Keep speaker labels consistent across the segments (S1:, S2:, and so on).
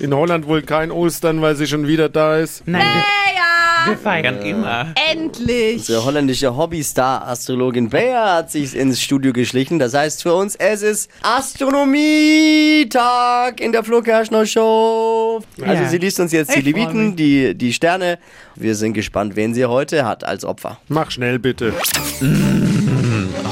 S1: In Holland wohl kein Ostern, weil sie schon wieder da ist.
S2: Nein, wir,
S3: Naja,
S2: wir feiern immer.
S3: endlich.
S4: Unsere holländische Hobby-Star-Astrologin Bea hat sich ins Studio geschlichen. Das heißt für uns, es ist Astronomietag in der Flo Kerschner Show. Also
S2: Ja.
S4: sie liest uns jetzt die
S3: Ich freu
S4: Leviten,
S3: mich.
S4: die, die Sterne. Wir sind gespannt, wen sie heute hat als Opfer.
S1: Mach schnell bitte.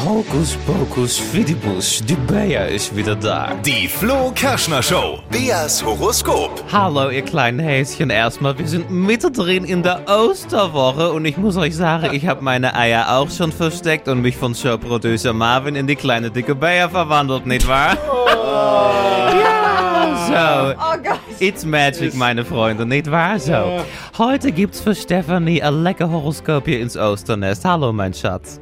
S2: Hokus pokus fidibus, die Bayer ist wieder da.
S5: Die Flo Kerschner Show. Beas Horoskop.
S2: Hallo, ihr kleinen Häschen. Erstmal, wir sind mittendrin in der Osterwoche und ich muss euch sagen, ich habe meine Eier auch schon versteckt und mich von Showproducer Marvin in die kleine dicke Bayer verwandelt, nicht wahr? Ja, so.
S3: Oh Gott.
S2: It's magic, meine Freunde, nicht wahr so? Heute gibt's für Stephanie ein lecker Horoskopje ins Osternest. Hallo, mein Schatz.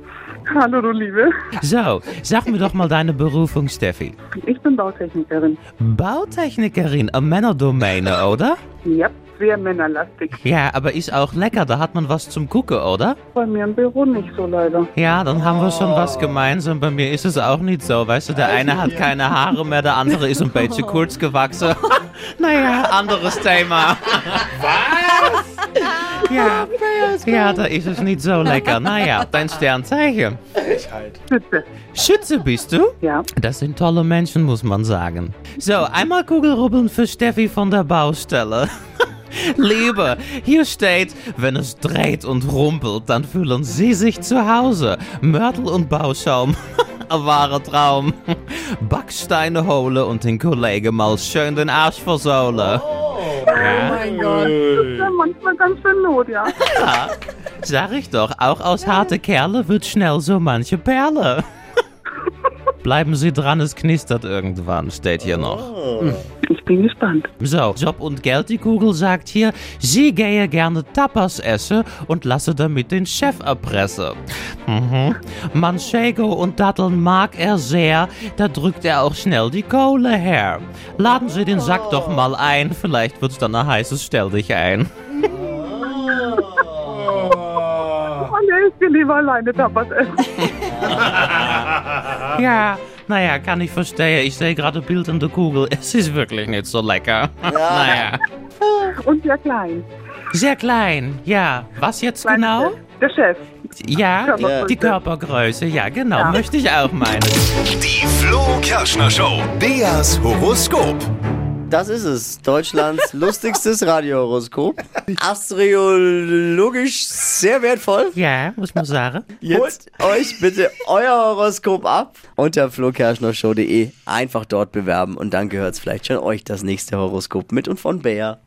S6: Hallo, du Liebe.
S2: So, sag mir doch mal deine Berufung, Steffi.
S6: Ich bin Bautechnikerin.
S2: Bautechnikerin, eine Männerdomäne, oder?
S6: Ja, sehr männerlastig.
S2: Ja, aber ist auch lecker, da hat man was zum Gucken, oder?
S6: Bei mir im Büro nicht so leider.
S2: Ja, dann haben wir schon was gemeinsam. Bei mir ist es auch nicht so. Weißt du, der eine hat keine Haare mehr, der andere ist ein bisschen kurz gewachsen. naja, anderes Thema. Was? Ja, ja, da ist es nicht so lecker. Naja, dein Sternzeichen.
S6: Bitte.
S2: Schütze bist du?
S6: Ja,
S2: Das sind tolle Menschen, muss man sagen. So, einmal Kugelrubbeln für Steffi von der Baustelle. Liebe, hier steht, wenn es dreht und rumpelt, dann fühlen Sie sich zu Hause. Mörtel und Bauschaum. Ein wahrer Traum. Backsteine holen und den Kollegen mal schön den Arsch versohlen.
S6: ja manchmal ganz schön Not, ja.
S2: Sag ich doch, auch aus harte Kerle wird schnell so manche Perle. Bleiben Sie dran, es knistert irgendwann, steht hier noch.
S6: Ich bin gespannt.
S2: So, Job und Geld, die Kugel sagt hier, sie gehe gerne Tapas essen und lasse damit den Chef erpressen. Mhm. Manchego und Datteln mag er sehr, da drückt er auch schnell die Kohle her. Laden Sie den Sack doch mal ein, vielleicht wird's dann ein heißes Stell dich ein.
S6: Oh nee, ich will lieber alleine Tapas essen.
S2: Ja, naja, kann ich verstehen. Ich sehe gerade Bild in der Kugel. Es ist wirklich nicht so lecker. naja.
S6: Und sehr klein.
S2: Sehr klein, ja. Was jetzt genau?
S6: Der Chef.
S2: Ja,
S6: Körpergröße.
S2: die Körpergröße, ja, genau. Möchte ich auch meinen.
S5: Die Flo Kerschner Show. Beas Horoskop.
S4: Das ist es. Deutschlands lustigstes Radiohoroskop. Astrologisch sehr wertvoll.
S2: Ja, muss man sagen.
S4: Jetzt Holt euch bitte euer Horoskop ab unter flokerschnershow.de. Einfach dort bewerben und dann gehört's vielleicht schon euch das nächste Horoskop mit und von Bea.